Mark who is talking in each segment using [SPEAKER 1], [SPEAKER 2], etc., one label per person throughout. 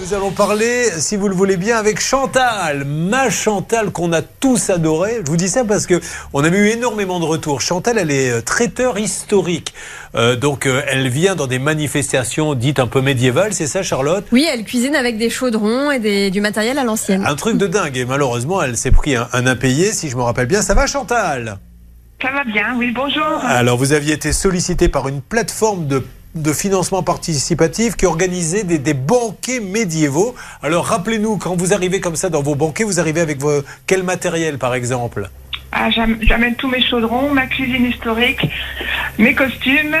[SPEAKER 1] Nous allons parler, si vous le voulez bien, avec Chantal, ma Chantal qu'on a tous adorée. Je vous dis ça parce que on a eu énormément de retours. Chantal, elle est euh, traiteur historique, Euh, donc euh, elle vient dans des manifestations dites un peu médiévales, c'est ça, Charlotte
[SPEAKER 2] Oui, elle cuisine avec des chaudrons et des- du matériel à l'ancienne.
[SPEAKER 1] Un truc de dingue. Et malheureusement, elle s'est pris un, un impayé, si je me rappelle bien. Ça va, Chantal
[SPEAKER 3] Ça va bien, oui, bonjour.
[SPEAKER 1] Alors, vous aviez été sollicité par une plateforme de de financement participatif qui organisait des, des banquets médiévaux. Alors rappelez-nous, quand vous arrivez comme ça dans vos banquets, vous arrivez avec vos- quel matériel par exemple
[SPEAKER 3] Ah, j'am- J'amène tous mes chaudrons, ma cuisine historique, mes costumes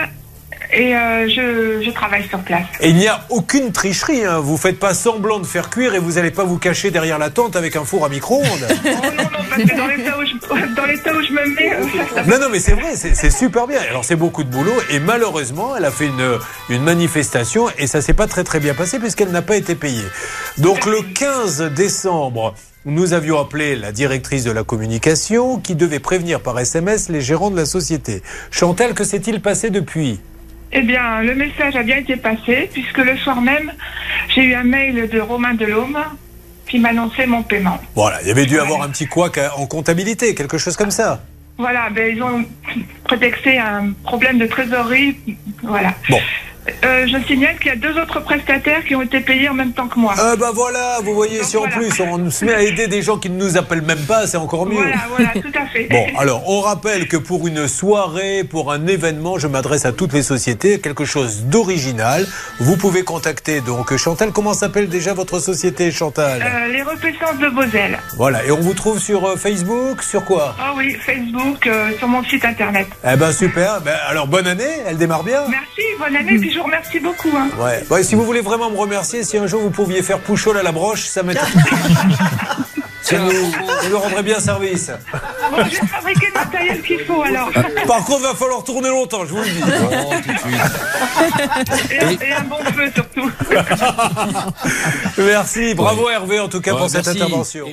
[SPEAKER 3] et euh, je, je travaille sur place.
[SPEAKER 1] Et il n'y a aucune tricherie, hein. vous faites pas semblant de faire cuire et vous n'allez pas vous cacher derrière la tente avec un four à micro-ondes.
[SPEAKER 3] Oh non, non, parce que dans l'état où, je- dans l'état où je me mets, euh, ça, ça-
[SPEAKER 1] non, non, mais c'est vrai, c'est c'est super bien. Alors c'est beaucoup de boulot et malheureusement, elle a fait une, une manifestation et ça s'est pas très très bien passé puisqu'elle n'a pas été payée. Donc le 15 décembre, nous avions appelé la directrice de la communication qui devait prévenir par SMS les gérants de la société. Chantal, que s'est-il passé depuis
[SPEAKER 3] Eh bien, le message a bien été passé puisque le soir même, j'ai eu un mail de Romain Delhomme qui m'annonçait mon paiement.
[SPEAKER 1] Voilà, il y avait dû avoir un petit couac hein, en comptabilité, quelque chose comme ça.
[SPEAKER 3] Voilà, ben, ils ont prétexté un problème de trésorerie. Voilà.
[SPEAKER 1] Bon.
[SPEAKER 3] Euh, je signale qu'il y a deux autres prestataires qui ont été payés en même temps que moi.
[SPEAKER 1] Ah bah voilà, vous voyez, si en
[SPEAKER 3] Voilà.
[SPEAKER 1] plus on se met à aider des gens qui ne nous appellent même pas, c'est encore mieux.
[SPEAKER 3] Voilà, voilà, tout à fait.
[SPEAKER 1] Bon, alors on rappelle que pour une soirée, pour un événement, je m'adresse à toutes les sociétés, quelque chose d'original. Vous pouvez contacter donc Chantal. Comment s'appelle déjà votre société, Chantal
[SPEAKER 3] Euh, les repaissances de Bozelle.
[SPEAKER 1] Voilà, et on vous trouve sur euh, Facebook, sur quoi
[SPEAKER 3] Ah oui, Facebook, euh, sur mon site internet.
[SPEAKER 1] Eh ben super, Ben, alors bonne année, elle démarre bien.
[SPEAKER 3] Merci, bonne année,
[SPEAKER 1] Hmm.
[SPEAKER 3] puis je vous remercie beaucoup. hein.
[SPEAKER 1] Ouais. Ouais, si vous voulez vraiment me remercier, si un jour vous pouviez faire Pouchol à la broche, ça m'étonnerait. ça, nous, ça nous rendrait bien service.
[SPEAKER 3] Bon, je vais fabriquer le matériel qu'il faut alors.
[SPEAKER 1] Par contre, va falloir tourner longtemps, je vous le dis.
[SPEAKER 3] Et, un- et un bon feu surtout.
[SPEAKER 1] Merci, bravo Hervé en tout cas
[SPEAKER 4] Ouais,
[SPEAKER 1] pour cette
[SPEAKER 4] merci.
[SPEAKER 1] intervention.